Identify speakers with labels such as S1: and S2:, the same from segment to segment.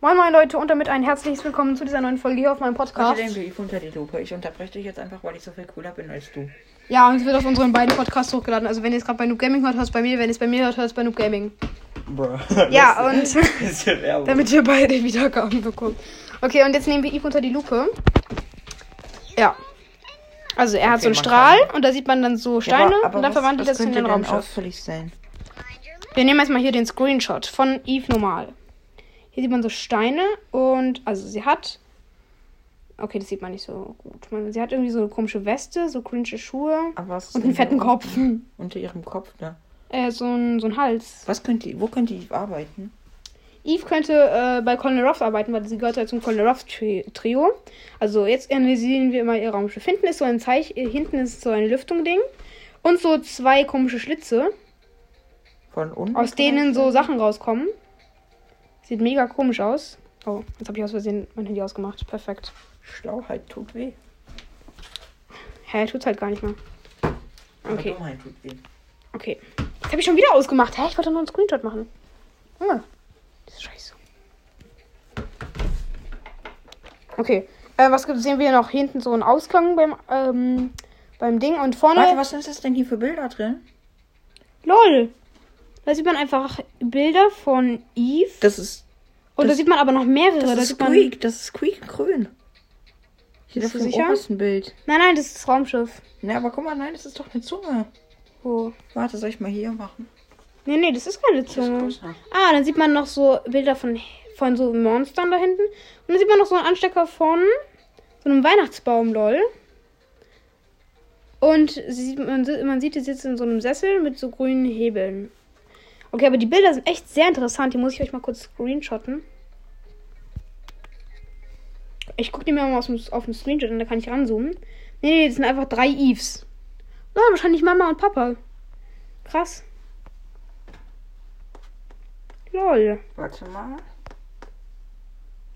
S1: Moin Moin Leute und damit ein herzliches Willkommen zu dieser neuen Folge hier auf meinem Podcast.
S2: Warte, den Brief unter die Lupe. Ich unterbreche dich jetzt einfach, weil ich so viel cooler bin als du.
S1: Ja, und es wird auf unseren beiden Podcasts hochgeladen. Also wenn ihr es gerade bei Noob Gaming hört, hört es bei mir. Wenn ihr es bei mir hört, hört es bei Noob Gaming.
S2: Bro.
S1: Ja, und
S2: Ist ja Werbung.
S1: damit wir beide Wiedergaben bekommen. Okay, und jetzt nehmen wir Eve unter die Lupe. Ja. Also er hat
S2: Okay,
S1: so einen
S2: man
S1: Strahl und da sieht man dann so Steine und dann verwandelt er
S2: das
S1: sich in den Raumschiff.
S2: auffällig sein?
S1: Wir nehmen erstmal hier den Screenshot von Eve normal. Hier sieht man so Steine und also sie hat. Okay, das sieht man nicht so gut. Man, sie hat irgendwie so eine komische Weste, so cringe Schuhe
S2: Aber was ist
S1: und einen
S2: denn
S1: fetten
S2: da
S1: Kopf.
S2: unten Unter ihrem Kopf, ne?
S1: Äh, so ein, so ein Hals.
S2: Was könnte, wo könnte ich arbeiten?
S1: Eve könnte äh, bei Colonel Ruffs arbeiten, weil sie gehört ja zum Colonel Ruffs Tri Trio. Also jetzt analysieren wir immer ihr Raumschiff. Hinten ist so ein Zeich äh, hinten ist so ein Lüftungding und so zwei komische Schlitze,
S2: Von unten?
S1: aus denen so Sachen rauskommen. Sieht mega komisch aus. Oh, jetzt habe ich aus Versehen mein Handy ausgemacht. Perfekt.
S2: Schlauheit halt tut weh.
S1: Hä, tut's halt gar nicht mehr.
S2: Aber
S1: Okay.
S2: Dummheit tut weh.
S1: Okay. Jetzt habe ich schon wieder ausgemacht. Hä? Ich wollte nur einen Screenshot machen. Junge. Das ist scheiße. Okay. Äh, was gibt, sehen wir hier noch? Hinten so einen Ausgang beim, ähm, beim Ding und vorne.
S2: Warte, was ist das denn hier für Bilder drin?
S1: LOL! Da sieht man einfach Bilder von Eve.
S2: Das ist,
S1: und da
S2: das-
S1: sieht man aber noch mehrere.
S2: das
S1: da
S2: ist
S1: sieht man,
S2: Squeak. Das ist Squeak in grün. Hier
S1: Bist
S2: das
S1: du
S2: ist
S1: sicher?
S2: ein Bild.
S1: nein, nein, das ist das Raumschiff.
S2: Na, aber guck mal, nein, das ist doch eine Zunge.
S1: Wo?
S2: Warte, soll ich mal hier machen?
S1: Oh. Nee, nee, das ist keine
S2: Das ist
S1: Zunge.
S2: größer.
S1: Ah, dann sieht man noch so Bilder von, von so Monstern da hinten. Und dann sieht man noch so einen Anstecker von so einem Weihnachtsbaum, lol. Und sie sieht, man, si- man sieht, sie sitzt in so einem Sessel mit so grünen Hebeln. Okay, aber die Bilder sind echt sehr interessant. Die muss ich euch mal kurz screenshotten. Ich gucke die mir mal aus dem, auf dem Screenshot an, da kann ich ranzoomen. Nee, nee, das sind einfach drei Eves. Na, wahrscheinlich Mama und Papa. Krass. Lol.
S2: Warte mal.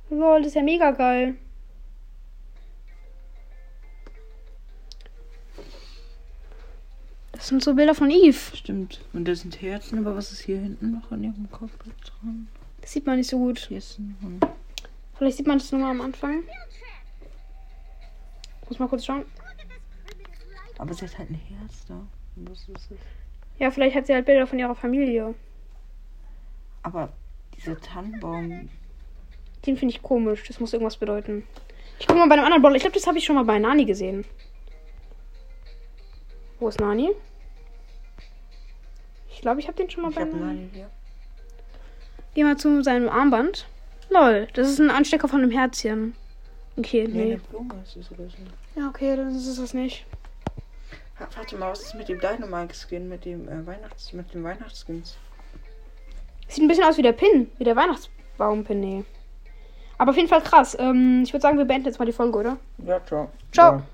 S1: Lol, das ist ja mega geil. Das sind so Bilder von Eve.
S2: Stimmt. Und da sind Herzen, aber was ist hier hinten noch an ihrem Kopf dran?
S1: Das sieht man nicht so gut.
S2: Hier ist ein Hund.
S1: Vielleicht sieht man das nur mal am Anfang. Muss mal kurz schauen.
S2: Aber sie hat halt ein Herz da. Und Was ist das?
S1: Ja, vielleicht hat sie halt Bilder von ihrer Familie.
S2: Aber dieser Tannenbaum.
S1: Den finde ich komisch. Das muss irgendwas bedeuten. Ich gucke mal bei einem anderen Brawler. Ich glaube, das habe ich schon mal bei Nani gesehen. Wo ist Nani? Ich glaube, ich habe den schon mal
S2: Ich
S1: bei
S2: hab
S1: Nani.
S2: Nani hier.
S1: Geh mal zu seinem Armband. Lol, das ist ein Anstecker von einem Herzchen. Okay,
S2: Nee,
S1: nee.
S2: eine Blume ist es oder so.
S1: Ja, okay, dann ist es das nicht.
S2: Ha, Warte mal, was ist mit dem Dynamite-Skin, mit dem äh, Weihnachts-, mit dem Weihnachtsskins?
S1: Sieht ein bisschen aus wie der Pin, wie der Weihnachtsbaumpin, nee. Aber auf jeden Fall krass. Ähm, ich würde sagen, wir beenden jetzt mal die Folge, oder?
S2: Ja, ciao.
S1: Ciao.
S2: Ja.